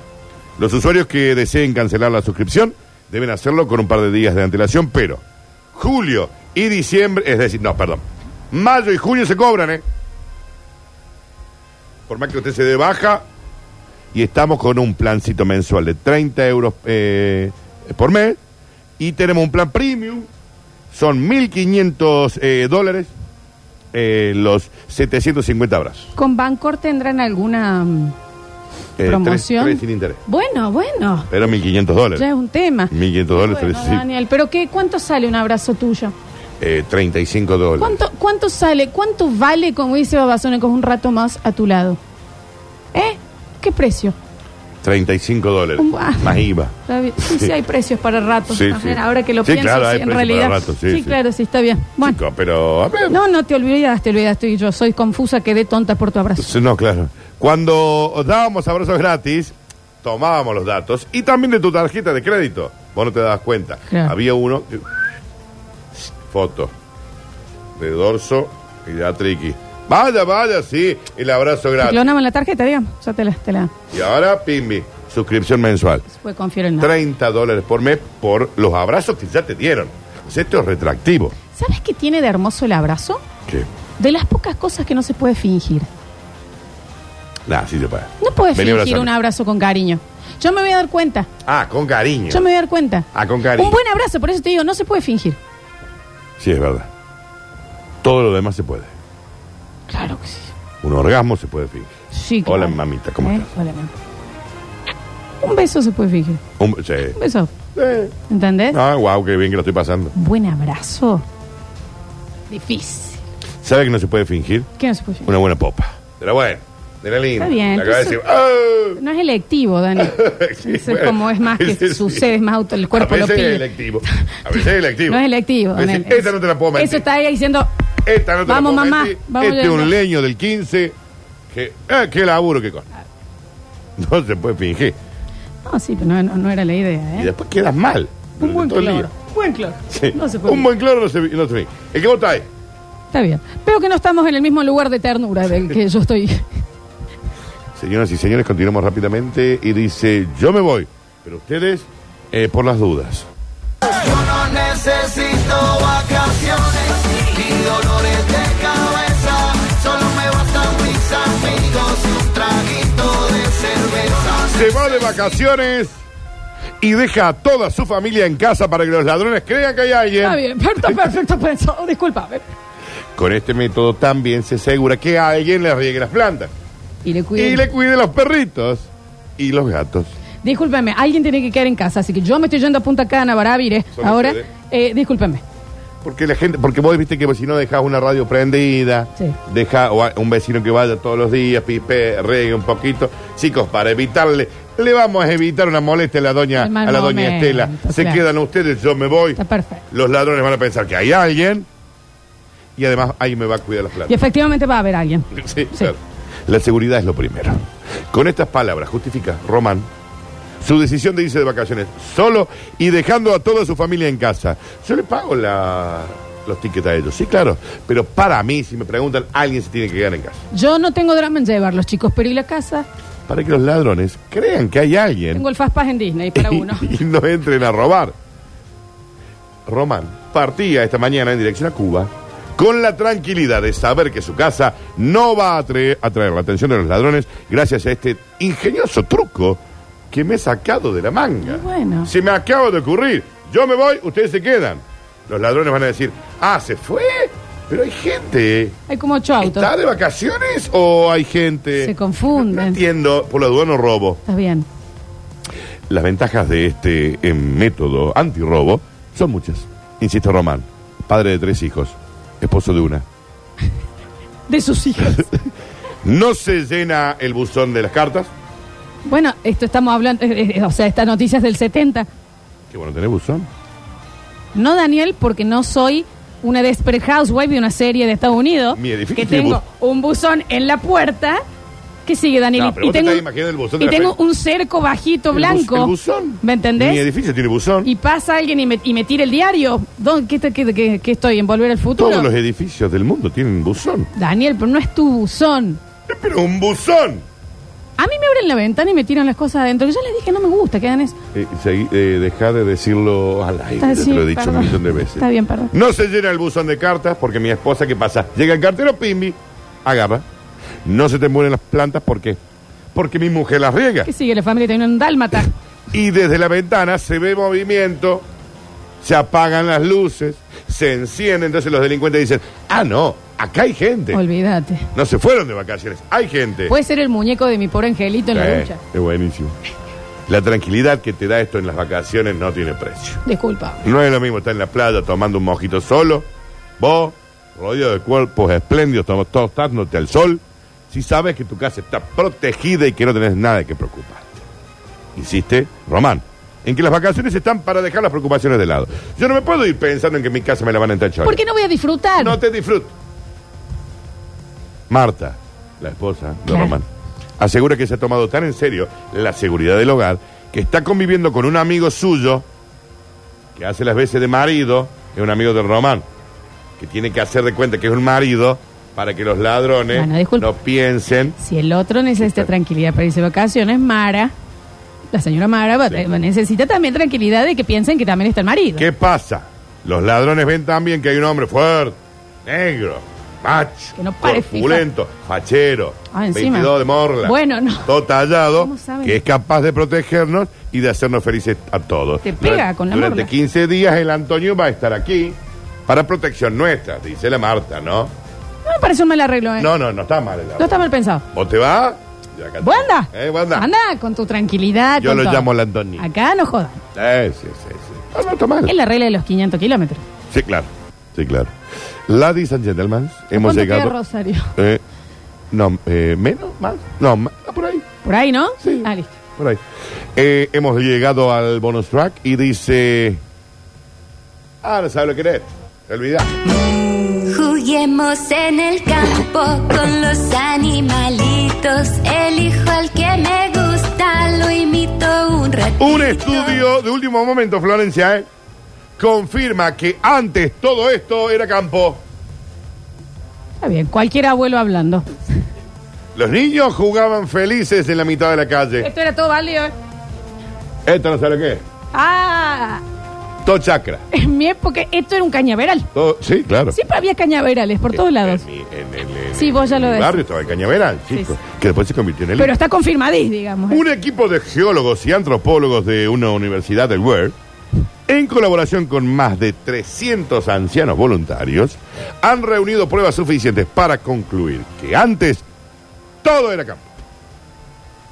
Speaker 2: Los usuarios que deseen cancelar la suscripción deben hacerlo con un par de días de antelación, pero julio y diciembre, es decir, no, perdón, mayo y junio se cobran, ¿eh? por más que usted se dé baja, y estamos con un plancito mensual de 30 euros eh, por mes, y tenemos un plan premium, son 1.500 eh, dólares, eh, los 750 abrazos.
Speaker 3: ¿Con Bancor tendrán alguna mm,
Speaker 2: Eh, tres-
Speaker 3: promoción?
Speaker 2: tres sin interés.
Speaker 3: Bueno, bueno.
Speaker 2: Pero 1.500
Speaker 3: Ya es
Speaker 2: dólares.
Speaker 3: un tema.
Speaker 2: 1.500 dólares,
Speaker 3: Bueno,
Speaker 2: pero sí.
Speaker 3: Daniel, ¿pero qué? ¿Cuánto sale un abrazo tuyo?
Speaker 2: Eh, 35 dólares.
Speaker 3: ¿Cuánto, ¿Cuánto sale? ¿Cuánto vale, como dice Babasónicos, un rato más a tu lado? ¿Eh? ¿Qué precio?
Speaker 2: 35 dólares.
Speaker 3: Un- ah.
Speaker 2: Más IVA.
Speaker 3: Está bien. Sí, sí,
Speaker 2: Sí.
Speaker 3: hay precios para ratos.
Speaker 2: Sí,
Speaker 3: A
Speaker 2: sí.
Speaker 3: ver, Ahora que lo
Speaker 2: Sí,
Speaker 3: pienso,
Speaker 2: claro, hay
Speaker 3: sí, en
Speaker 2: precios para
Speaker 3: realidad.
Speaker 2: ratos, sí, sí.
Speaker 3: claro, sí, está bien. Bueno,
Speaker 2: Chico, pero a ver.
Speaker 3: no, no te olvidas, te olvidaste. Yo soy confusa, quedé tonta por tu abrazo.
Speaker 2: Sí, No, claro. Cuando dábamos abrazos gratis, tomábamos los datos y también de tu tarjeta de crédito. Vos no te das cuenta.
Speaker 3: Claro.
Speaker 2: Había uno. que- Foto. De dorso y de atriqui. Vaya, vaya, sí. El abrazo
Speaker 3: Te
Speaker 2: gratis.
Speaker 3: clonaban la tarjeta, digamos. Ya te la, te la
Speaker 2: Y ahora, pimbi. Suscripción mensual.
Speaker 3: pues, confiero en nada.
Speaker 2: 30 dólares por mes por los abrazos que ya te dieron. O sea, Esto es retractivo.
Speaker 3: ¿Sabes qué tiene de hermoso el abrazo?
Speaker 2: ¿Qué?
Speaker 3: De las pocas cosas que no se puede fingir.
Speaker 2: Nah, sí se puede.
Speaker 3: No puedes
Speaker 2: Vení,
Speaker 3: fingir
Speaker 2: abrazame.
Speaker 3: un abrazo con cariño. Yo me voy a dar cuenta.
Speaker 2: Ah, con cariño.
Speaker 3: Yo me voy a dar cuenta.
Speaker 2: Ah, con cariño.
Speaker 3: Un buen abrazo, por eso te digo, no se puede fingir.
Speaker 2: Sí, es verdad. Todo lo demás se puede.
Speaker 3: Claro que sí.
Speaker 2: Un orgasmo se puede fingir.
Speaker 3: Sí,
Speaker 2: Hola,
Speaker 3: claro.
Speaker 2: mamita, ¿cómo
Speaker 3: ¿Eh?
Speaker 2: estás?
Speaker 3: Hola, mamá. Un beso se puede fingir.
Speaker 2: Un- sí.
Speaker 3: Un beso.
Speaker 2: Eh.
Speaker 3: ¿Entendés?
Speaker 2: Ah, wow, qué bien que lo estoy pasando.
Speaker 3: Buen abrazo. Difícil.
Speaker 2: ¿Sabe que no se puede fingir?
Speaker 3: ¿Qué no se puede fingir?
Speaker 2: Una buena popa. Pero bueno, era lindo.
Speaker 3: Está bien,
Speaker 2: Acaba de
Speaker 3: entonces-
Speaker 2: decir, ¡ah!
Speaker 3: No es electivo, Dani.
Speaker 2: Sí,
Speaker 3: es
Speaker 2: bueno.
Speaker 3: como es más que
Speaker 2: Sí, sí.
Speaker 3: sucede, es más auto, el cuerpo
Speaker 2: A veces
Speaker 3: lo pide.
Speaker 2: es electivo. A veces es electivo.
Speaker 3: No es electivo.
Speaker 2: A veces,
Speaker 3: Daniel.
Speaker 2: esta no te la puedo mentir.
Speaker 3: Eso está ahí diciendo.
Speaker 2: Esta no te
Speaker 3: Vamos,
Speaker 2: la puedo
Speaker 3: mamá,
Speaker 2: mentir.
Speaker 3: vamos
Speaker 2: este es
Speaker 3: yendo.
Speaker 2: un leño del 15. Que, ah, qué laburo que con. No se puede fingir.
Speaker 3: No, "Ah, sí, pero no, no- no era la idea,
Speaker 2: Y
Speaker 3: ¿eh?
Speaker 2: después quedas mal.
Speaker 3: Un
Speaker 2: durante
Speaker 3: buen
Speaker 2: todo el
Speaker 3: cloro.
Speaker 2: día.
Speaker 3: Un buen cloro.
Speaker 2: Sí.
Speaker 3: No se puede.
Speaker 2: Un buen claro no se, no se finge. El que vota ahí.
Speaker 3: Está bien. Pero que no estamos en el mismo lugar de ternura del que yo estoy.
Speaker 2: Señoras y señores, continuamos rápidamente y dice, yo me voy, pero ustedes eh, por las dudas. Se va de vacaciones y deja a toda su familia en casa para que los ladrones crean que hay
Speaker 3: Está
Speaker 2: alguien.
Speaker 3: bien, perfecto, perfecto Oh, pensado. Disculpame.
Speaker 2: Con este método también se asegura que alguien le riegue las plantas
Speaker 3: Y le
Speaker 2: y
Speaker 3: cuiden.
Speaker 2: le cuide los perritos y los gatos.
Speaker 3: Discúlpeme, alguien tiene que quedar en casa, así que yo me estoy yendo a Punta Cana, Baravire.
Speaker 2: Son
Speaker 3: Ahora,
Speaker 2: ustedes.
Speaker 3: eh, discúlpeme.
Speaker 2: Porque la gente, porque vos viste que si no dejas una radio prendida,
Speaker 3: Sí.
Speaker 2: deja o a- un vecino que vaya todos los días, pipe, regue un poquito. Chicos, para evitarle, le vamos a evitar una molestia a la doña, a
Speaker 3: El
Speaker 2: la
Speaker 3: mal
Speaker 2: doña
Speaker 3: momento,
Speaker 2: Estela. Se
Speaker 3: claro.
Speaker 2: quedan ustedes, yo me voy.
Speaker 3: Está perfecto.
Speaker 2: Los ladrones van a pensar que hay alguien. Y además ahí me va a cuidar las
Speaker 3: Y
Speaker 2: plantas.
Speaker 3: efectivamente va a haber alguien.
Speaker 2: Sí, claro. La seguridad es lo primero. Con estas palabras justifica Román su decisión de irse de vacaciones solo y dejando a toda su familia en casa. Yo le pago la- los tickets a ellos, sí, claro. Pero para mí, si me preguntan, alguien se tiene que quedar en casa.
Speaker 3: Yo no tengo drama en llevar los chicos, pero ¿y la casa?
Speaker 2: Para que los ladrones crean que hay alguien
Speaker 3: Tengo el Fastpass en Disney para uno.
Speaker 2: y no entren a robar. Román partía esta mañana en dirección a Cuba con la tranquilidad de saber que su casa no va a atre- atraer la atención de los ladrones gracias a este ingenioso truco que me he sacado de la manga.
Speaker 3: Y bueno.
Speaker 2: Se me acaba de ocurrir. Yo me voy, ustedes se quedan. Los ladrones van a decir, ah, se fue, pero hay gente.
Speaker 3: Hay como ocho autos.
Speaker 2: ¿Está de vacaciones o hay gente?
Speaker 3: Se confunden.
Speaker 2: No entiendo, por la duda no robo.
Speaker 3: Está bien.
Speaker 2: Las ventajas de este eh, método antirrobo son muchas. Insiste Román, padre de tres hijos, esposo de una.
Speaker 3: De sus hijos.
Speaker 2: No se llena el buzón de las cartas.
Speaker 3: bueno, esto estamos hablando, eh, eh, eh, o sea, esta noticia es del 70.
Speaker 2: Qué bueno tener buzón.
Speaker 3: No, Daniel, porque no soy una desperate housewife de una serie de Estados Unidos.
Speaker 2: Mi edificio
Speaker 3: que
Speaker 2: tiene
Speaker 3: tengo un buzón en la puerta. ¿Qué sigue, Daniel?
Speaker 2: No, pero vos te
Speaker 3: tengo,
Speaker 2: estás imaginando el buzón de
Speaker 3: y
Speaker 2: la
Speaker 3: tengo
Speaker 2: frente.
Speaker 3: un cerco bajito
Speaker 2: El
Speaker 3: blanco.
Speaker 2: buz- El buzón.
Speaker 3: ¿Me
Speaker 2: Mi
Speaker 3: entendés?
Speaker 2: edificio tiene buzón.
Speaker 3: Y pasa alguien y me, y me tira el diario. ¿Dónde- ¿Qué, te- qué- qué- qué estoy? ¿En volver al futuro?
Speaker 2: Todos los edificios del mundo tienen buzón.
Speaker 3: Daniel, pero no es tu buzón.
Speaker 2: Eh, Pero un buzón.
Speaker 3: A mí me abren la ventana y me tiran las cosas adentro. que Yo les dije, no me gusta, quedan eso.
Speaker 2: Eh, segui- eh, dejá de decirlo al aire.
Speaker 3: Está-
Speaker 2: te
Speaker 3: sí,
Speaker 2: lo he dicho
Speaker 3: perdón.
Speaker 2: un millón de veces.
Speaker 3: Está bien, perdón.
Speaker 2: No se llena el buzón de cartas porque mi esposa, ¿qué pasa? Llega el cartero Pimbi, agarra, No se te mueren las plantas, ¿por qué? Porque mi mujer las riega.
Speaker 3: ¿Qué sigue? La familia tiene un dálmata.
Speaker 2: Y desde la ventana se ve movimiento, se apagan las luces, se encienden. Entonces los delincuentes dicen, ah, no, acá hay gente.
Speaker 3: Olvídate.
Speaker 2: No se fueron de vacaciones, hay gente.
Speaker 3: Puede ser el muñeco de mi pobre angelito en la
Speaker 2: Eh,
Speaker 3: ducha.
Speaker 2: es buenísimo. La tranquilidad que te da esto en las vacaciones no tiene precio.
Speaker 3: Disculpa.
Speaker 2: No es lo mismo estar en la playa tomando un mojito solo, vos, rodeado de cuerpos espléndidos, tom- tostándote al sol, si sabes que tu casa está protegida y que no tenés nada que preocuparte. Insiste, Román, en que las vacaciones están para dejar las preocupaciones de lado. Yo no me puedo ir pensando en que en mi casa me la van a entrar
Speaker 3: ¿Por qué no voy a disfrutar?
Speaker 2: no te disfruto. Marta, la esposa de
Speaker 3: Claro.
Speaker 2: Román, asegura que se ha tomado tan en serio la seguridad del hogar que está conviviendo con un amigo suyo que hace las veces de marido, que es un amigo de Román, que tiene que hacer de cuenta que es un marido para que los ladrones
Speaker 3: Bueno, disculpa.
Speaker 2: no piensen.
Speaker 3: Si el otro necesita
Speaker 2: Está.
Speaker 3: tranquilidad para irse de vacaciones, Mara, la señora Mara va-
Speaker 2: Sí.
Speaker 3: eh, necesita también tranquilidad de que piensen que también está el marido.
Speaker 2: ¿Qué pasa? Los ladrones ven también que hay un hombre fuerte, negro, macho,
Speaker 3: Que no pare
Speaker 2: corpulento, fachero,
Speaker 3: Ah, encima.
Speaker 2: 22 de morla,
Speaker 3: Bueno, no.
Speaker 2: todo tallado,
Speaker 3: ¿Cómo saben?
Speaker 2: que es capaz de protegernos y de hacernos felices a todos.
Speaker 3: Te pega
Speaker 2: durante,
Speaker 3: con la
Speaker 2: Durante
Speaker 3: morla.
Speaker 2: 15 días el Antonio va a estar aquí para protección nuestra, dice la Marta, ¿no?
Speaker 3: No me parece un mal arreglo, ¿eh?
Speaker 2: No, no, no está mal el
Speaker 3: No está mal pensado.
Speaker 2: ¿Vos te vas? Yo acá-
Speaker 3: ¿Vos anda?
Speaker 2: Eh, vos andá.
Speaker 3: Anda con tu tranquilidad.
Speaker 2: Yo
Speaker 3: con
Speaker 2: lo
Speaker 3: todo.
Speaker 2: llamo el Antonio.
Speaker 3: Acá no jodan.
Speaker 2: Eh, sí, sí, sí. No, no está mal.
Speaker 3: Es la regla de los 500 kilómetros.
Speaker 2: Sí, claro. Sí, claro. Ladies and gentlemen, hemos
Speaker 3: ¿Cuánto queda
Speaker 2: llegado.
Speaker 3: Rosario?
Speaker 2: Eh, no, eh, menos, más. No, más, ah, por ahí.
Speaker 3: Por ahí, ¿no?
Speaker 2: Sí.
Speaker 3: Ah, listo.
Speaker 2: Por ahí. Eh, hemos llegado al bonus track y dice. Ah, no sabes lo que eres. Te olvidás.
Speaker 7: Juguemos en el campo con los animalitos. Elijo al que me gusta, lo imito un ratito.
Speaker 2: Un estudio de último momento, Florencia, ¿eh? Confirma que antes todo esto era campo.
Speaker 3: Está bien. Cualquier abuelo hablando.
Speaker 2: Los niños jugaban felices en la mitad de la calle.
Speaker 3: Esto era todo válido. ¿eh?
Speaker 2: Esto no sabe lo que es.
Speaker 3: Ah,
Speaker 2: Todo chacra.
Speaker 3: en mi época esto era un cañaveral.
Speaker 2: Todo- sí, claro.
Speaker 3: Siempre había cañaverales por todos
Speaker 2: En-
Speaker 3: lados.
Speaker 2: En, mi- en el, en
Speaker 3: Sí,
Speaker 2: el-
Speaker 3: vos ya
Speaker 2: en
Speaker 3: lo
Speaker 2: el
Speaker 3: decís.
Speaker 2: barrio estaba el Cañaveral, chico,
Speaker 3: Sí,
Speaker 2: que después se convirtió en el.
Speaker 3: Pero está confirmadís, digamos. ¿eh?
Speaker 2: Un equipo de geólogos y antropólogos de una universidad del World, en colaboración con más de 300 ancianos voluntarios, han reunido pruebas suficientes para concluir que antes todo era campo.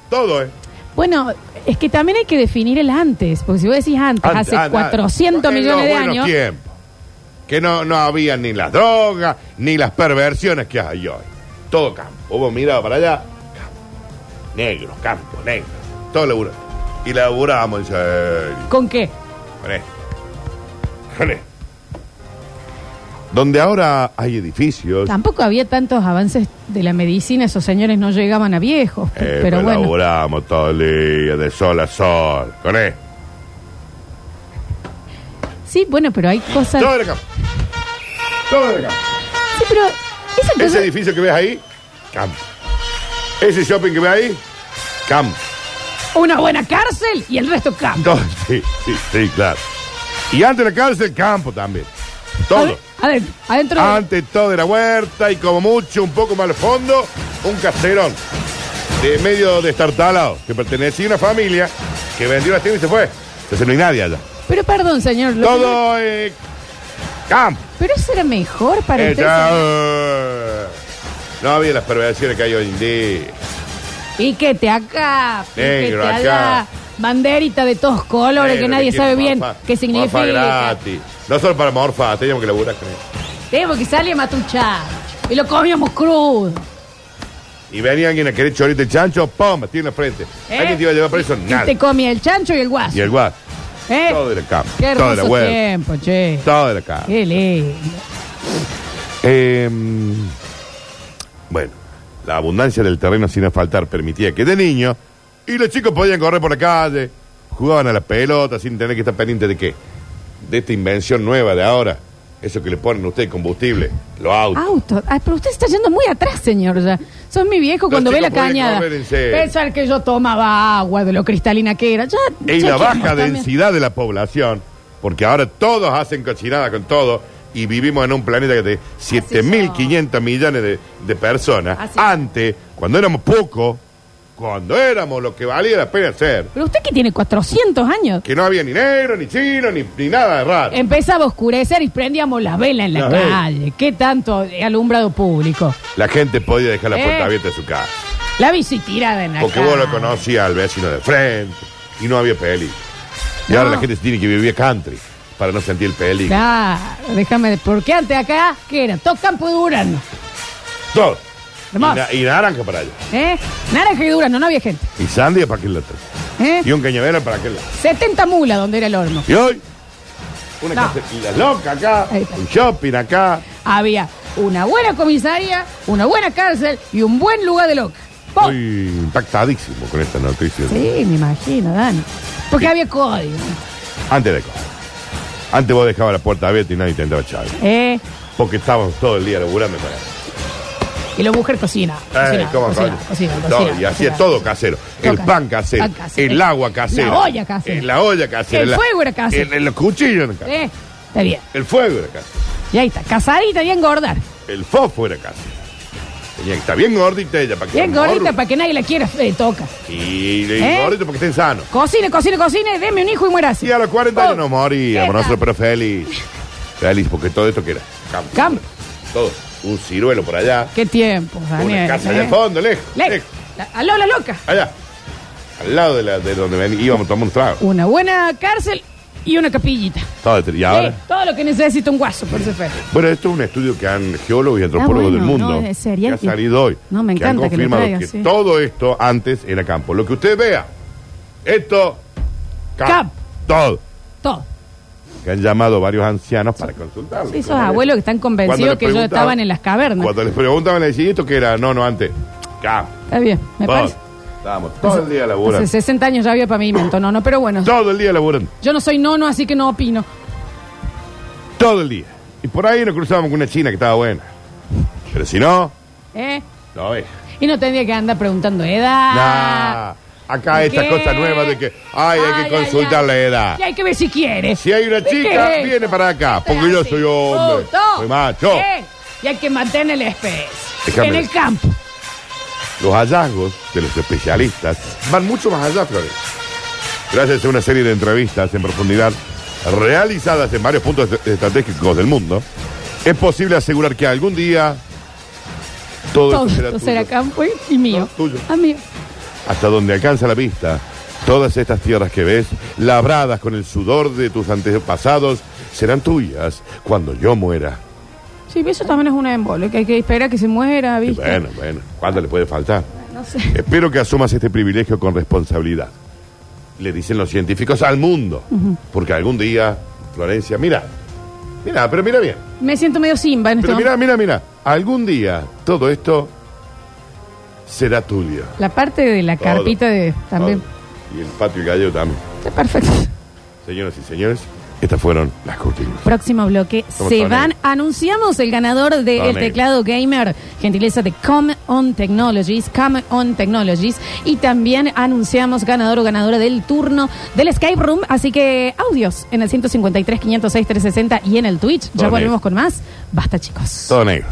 Speaker 2: Todo, ¿eh?
Speaker 3: Bueno, es que también hay que definir el antes, porque si vos decís antes,
Speaker 2: Ant-
Speaker 3: hace
Speaker 2: ah, nada.
Speaker 3: 400
Speaker 2: En
Speaker 3: millones
Speaker 2: los
Speaker 3: de
Speaker 2: buenos
Speaker 3: años,
Speaker 2: tiempos, que no, no había ni las drogas, ni las perversiones que hay hoy. Todo campo. Vos miraba para allá, campo. Negro, campo, negro. Todo laburo. Y laburamos en serio.
Speaker 3: ¿con qué?
Speaker 2: Con esto. Con esto. Donde ahora hay edificios,
Speaker 3: Tampoco había tantos avances de la medicina, esos señores no llegaban a viejos,
Speaker 2: eh,
Speaker 3: pero bueno.
Speaker 2: laburamos todo el día, de sol a sol. Con esto.
Speaker 3: Sí, bueno, pero hay cosas...
Speaker 2: Todo era campo. Todo era campo.
Speaker 3: Sí, pero esa cosa-
Speaker 2: Ese edificio que ves ahí, campo. Ese shopping que ves ahí, campo.
Speaker 3: una buena cárcel y el resto campo.
Speaker 2: No, sí, sí, sí, claro. Y antes de la cárcel, campo también. Todo. Ah.
Speaker 3: Ade- Adentro, de-
Speaker 2: Antes todo era huerta y como mucho, un poco más al fondo, un caserón de medio destartalado que pertenecía a una familia que vendió las tiendas y se fue. Entonces no hay nadie allá.
Speaker 3: Pero perdón, señor. lo que-
Speaker 2: Todo eh, campo.
Speaker 3: Pero eso era mejor para
Speaker 2: Eh,
Speaker 3: usted.
Speaker 2: ya,
Speaker 3: señor.
Speaker 2: eh, no había las perversiones que hay hoy en día.
Speaker 3: Piquete acá, piquete
Speaker 2: Negro
Speaker 3: allá,
Speaker 2: acá.
Speaker 3: banderita de todos colores que
Speaker 2: Negro,
Speaker 3: nadie
Speaker 2: quiere
Speaker 3: sabe bien
Speaker 2: morfar.
Speaker 3: qué
Speaker 2: Morfar
Speaker 3: significa.
Speaker 2: gratis. No solo para morfar, teníamos que laburar con él.
Speaker 3: Tengo que salir a matuchar. Y lo comíamos crudo.
Speaker 2: Y venía alguien a querer chorito el chancho, ¡pum! Tiene en la frente.
Speaker 3: ¿eh?
Speaker 2: Alguien te iba a llevar preso,
Speaker 3: Y- y
Speaker 2: nada.
Speaker 3: te comía el chancho y el guaso.
Speaker 2: Y el guas.
Speaker 3: ¿eh?
Speaker 2: Todo era campo. todo
Speaker 3: Qué hermoso
Speaker 2: era huevo.
Speaker 3: tiempo, che.
Speaker 2: Todo era campo.
Speaker 3: Qué lindo.
Speaker 2: Eh, bueno, la abundancia del terreno sin asfaltar permitía que de niño y los chicos podían correr por la calle, jugaban a las pelotas sin tener que estar pendiente de qué. De esta invención nueva de ahora. Eso que le ponen a usted combustible, los autos.
Speaker 3: Auto. Ah, pero usted está yendo muy atrás, señor. Ya. Sos mi viejo cuando ve
Speaker 2: chicos
Speaker 3: la
Speaker 2: podían
Speaker 3: cañada.
Speaker 2: comer en serio.
Speaker 3: Pensar que yo tomaba agua de lo cristalina que era. Ya,
Speaker 2: Y
Speaker 3: ya
Speaker 2: la
Speaker 3: queremos
Speaker 2: baja
Speaker 3: también.
Speaker 2: densidad de la población, porque ahora todos hacen cochinada con todo, y vivimos en un planeta de 7.500 millones de, de personas.
Speaker 3: Así es.
Speaker 2: Antes, cuando éramos pocos, cuando éramos lo que valía la pena ser,
Speaker 3: Pero usted que tiene 400 años,
Speaker 2: que no había ni negro, ni chino, ni, ni nada de raro.
Speaker 3: empezaba a oscurecer y prendíamos la vela en la
Speaker 2: La vela.
Speaker 3: calle. ¿Qué tanto de alumbrado público?
Speaker 2: La gente podía dejar la puerta
Speaker 3: Eh.
Speaker 2: abierta de su casa.
Speaker 3: La bici tirada en la
Speaker 2: Porque
Speaker 3: calle.
Speaker 2: vos lo conocías al vecino de frente y no había peligro. Y
Speaker 3: No.
Speaker 2: ahora la gente tiene que vivir country para no sentir el peligro.
Speaker 3: Claro, déjame. Porque antes acá, ¿qué era? Todo campo de Durano.
Speaker 2: Todo. Y,
Speaker 3: Hermoso.
Speaker 2: na- y naranja para allá.
Speaker 3: ¿eh? Naranja y Durano, no había gente.
Speaker 2: Y sandía para aquel otro.
Speaker 3: ¿eh?
Speaker 2: Y un cañavera para aquel otro.
Speaker 3: 70 mulas donde era el horno.
Speaker 2: Y hoy, una
Speaker 3: No.
Speaker 2: cafetería loca acá,
Speaker 3: Ahí está.
Speaker 2: un shopping acá.
Speaker 3: Había una buena comisaría, una buena cárcel y un buen lugar de loca. ¡Pum!
Speaker 2: Estoy impactadísimo con esta noticia.
Speaker 3: Sí, me imagino, Dani. Porque había código.
Speaker 2: Antes de comer. Antes vos dejabas la puerta abierta y nadie te entraba chavo.
Speaker 3: ¿eh?
Speaker 2: Porque estábamos todo el día laburando para
Speaker 3: Y la mujer cocina.
Speaker 2: Eh,
Speaker 3: cocina,
Speaker 2: ¿cómo
Speaker 3: cocina,
Speaker 2: coño?
Speaker 3: cocina,
Speaker 2: Todo,
Speaker 3: cocina,
Speaker 2: y así
Speaker 3: cocina.
Speaker 2: es todo casero.
Speaker 3: Todo
Speaker 2: el
Speaker 3: casero.
Speaker 2: pan casero,
Speaker 3: Pan casero.
Speaker 2: el agua casera.
Speaker 3: La olla casera.
Speaker 2: Eh, La olla casera.
Speaker 3: El
Speaker 2: la-
Speaker 3: fuego era casero.
Speaker 2: El, el cuchillo era casero.
Speaker 3: ¿Eh? Está bien.
Speaker 2: El fuego era casero.
Speaker 3: Y ahí está. Casadita y engordar.
Speaker 2: El fofo era casero. Tenía que estar bien gordita ella para que
Speaker 3: Bien
Speaker 2: no
Speaker 3: gordita
Speaker 2: engorde.
Speaker 3: para que nadie la quiera, eh, toca.
Speaker 2: Y, y
Speaker 3: ¿Eh?
Speaker 2: gordita para que estén sanos.
Speaker 3: Cocine, cocine, cocine, deme un hijo y muera así.
Speaker 2: Y a los 40 años
Speaker 3: Oh,
Speaker 2: nos moríamos
Speaker 3: Epa.
Speaker 2: nosotros, pero feliz. Feliz, porque todo esto que era campo.
Speaker 3: Campo.
Speaker 2: Todo. Un ciruelo por allá.
Speaker 3: Qué tiempo, Daniel.
Speaker 2: Una casa
Speaker 3: ¿eh?
Speaker 2: allá al fondo, lejos.
Speaker 3: Le,
Speaker 2: lejos.
Speaker 3: la- a Lola loca.
Speaker 2: Allá. Al lado de, la, de donde ven- íbamos a tomar un trago.
Speaker 3: Una buena cárcel y una capillita.
Speaker 2: Todo, y ahora.
Speaker 3: Eh, todo lo que necesita un guaso, por ese fe.
Speaker 2: Bueno, esto es un estudio que han geólogos y antropólogos
Speaker 3: Ah,
Speaker 2: del
Speaker 3: bueno,
Speaker 2: mundo.
Speaker 3: no, es serio.
Speaker 2: Que ha salido hoy.
Speaker 3: No, me
Speaker 2: han
Speaker 3: encanta que lo
Speaker 2: confirmado
Speaker 3: traiga,
Speaker 2: que
Speaker 3: sí.
Speaker 2: todo esto antes era campo. Lo que usted vea, esto, campo.
Speaker 3: Campo.
Speaker 2: Todo.
Speaker 3: Todo.
Speaker 2: Que han llamado varios ancianos para consultarlo.
Speaker 3: Esos
Speaker 2: Como
Speaker 3: abuelos
Speaker 2: le-
Speaker 3: que están
Speaker 2: cuando
Speaker 3: convencidos
Speaker 2: les
Speaker 3: que ellos
Speaker 2: preguntaban-
Speaker 3: estaban en las cavernas.
Speaker 2: Cuando les preguntaban, le decían, ¿y esto qué era? No, no, antes. Campo.
Speaker 3: Está bien, me
Speaker 2: Todo.
Speaker 3: parece. Pues,
Speaker 2: Estábamos todo el día
Speaker 3: Hace
Speaker 2: laburando.
Speaker 3: 60 años ya había pavimento, no, no, pero bueno.
Speaker 2: Todo el día laburando.
Speaker 3: Yo no soy nono, así que no opino.
Speaker 2: Todo el día. Y por ahí nos cruzábamos con una china que estaba buena. Pero si no,
Speaker 3: ¿eh?
Speaker 2: no es.
Speaker 3: Y no tendría que andar preguntando edad.
Speaker 2: Nah, acá
Speaker 3: ¿De
Speaker 2: estas
Speaker 3: Ah. qué?
Speaker 2: cosas nuevas de que ay, hay que
Speaker 3: Ay, ay,
Speaker 2: consultar
Speaker 3: ay.
Speaker 2: la edad.
Speaker 3: Y hay que ver si quiere.
Speaker 2: Si hay una
Speaker 3: ¿De qué
Speaker 2: chica,
Speaker 3: es?
Speaker 2: viene para acá, porque
Speaker 3: Usted
Speaker 2: yo
Speaker 3: hace
Speaker 2: soy hombre,
Speaker 3: punto.
Speaker 2: soy macho.
Speaker 3: ¿Eh? Y hay que mantener la especie.
Speaker 2: Déjame.
Speaker 3: En el campo.
Speaker 2: Los hallazgos de los especialistas van mucho más allá, Flores. Gracias a una serie de entrevistas en profundidad realizadas en varios puntos est- estratégicos del mundo, es posible asegurar que algún día todo,
Speaker 3: Todo
Speaker 2: esto será
Speaker 3: esto será
Speaker 2: tuyo.
Speaker 3: campo y- y mío.
Speaker 2: No, tuyo.
Speaker 3: Ah, mío.
Speaker 2: hasta donde alcanza la vista. Todas estas tierras que ves, labradas con el sudor de tus antepasados, serán tuyas cuando yo muera.
Speaker 3: Sí, eso también es una embole, que hay que esperar a que se muera,
Speaker 2: Y
Speaker 3: ¿viste?
Speaker 2: bueno, bueno, ¿cuándo le puede faltar?
Speaker 3: No sé.
Speaker 2: Espero que asumas este privilegio con responsabilidad. Le dicen los científicos al mundo. Porque algún día, Florencia, mira, mira, pero mira bien.
Speaker 3: Me siento medio simba en este
Speaker 2: Pero
Speaker 3: momento.
Speaker 2: mira, mira, mira. Algún día todo esto será tuyo.
Speaker 3: La parte de la
Speaker 2: Todo,
Speaker 3: carpita de también.
Speaker 2: todo. Y el patio y gallo también.
Speaker 3: Está perfecto.
Speaker 2: Señoras y señores, estas fueron las cortinas.
Speaker 3: Próximo bloque.
Speaker 2: Somos
Speaker 3: Se
Speaker 2: Tony.
Speaker 3: van. Anunciamos el ganador del
Speaker 2: Tony.
Speaker 3: teclado gamer. Gentileza de Come On Technologies. Come On Technologies. Y también anunciamos ganador o ganadora del turno del Skype Room. Así que audios en el 153, 506, 360 y en el Twitch. Ya
Speaker 2: Tony.
Speaker 3: volvemos con más. Basta, chicos.
Speaker 2: Todo negro.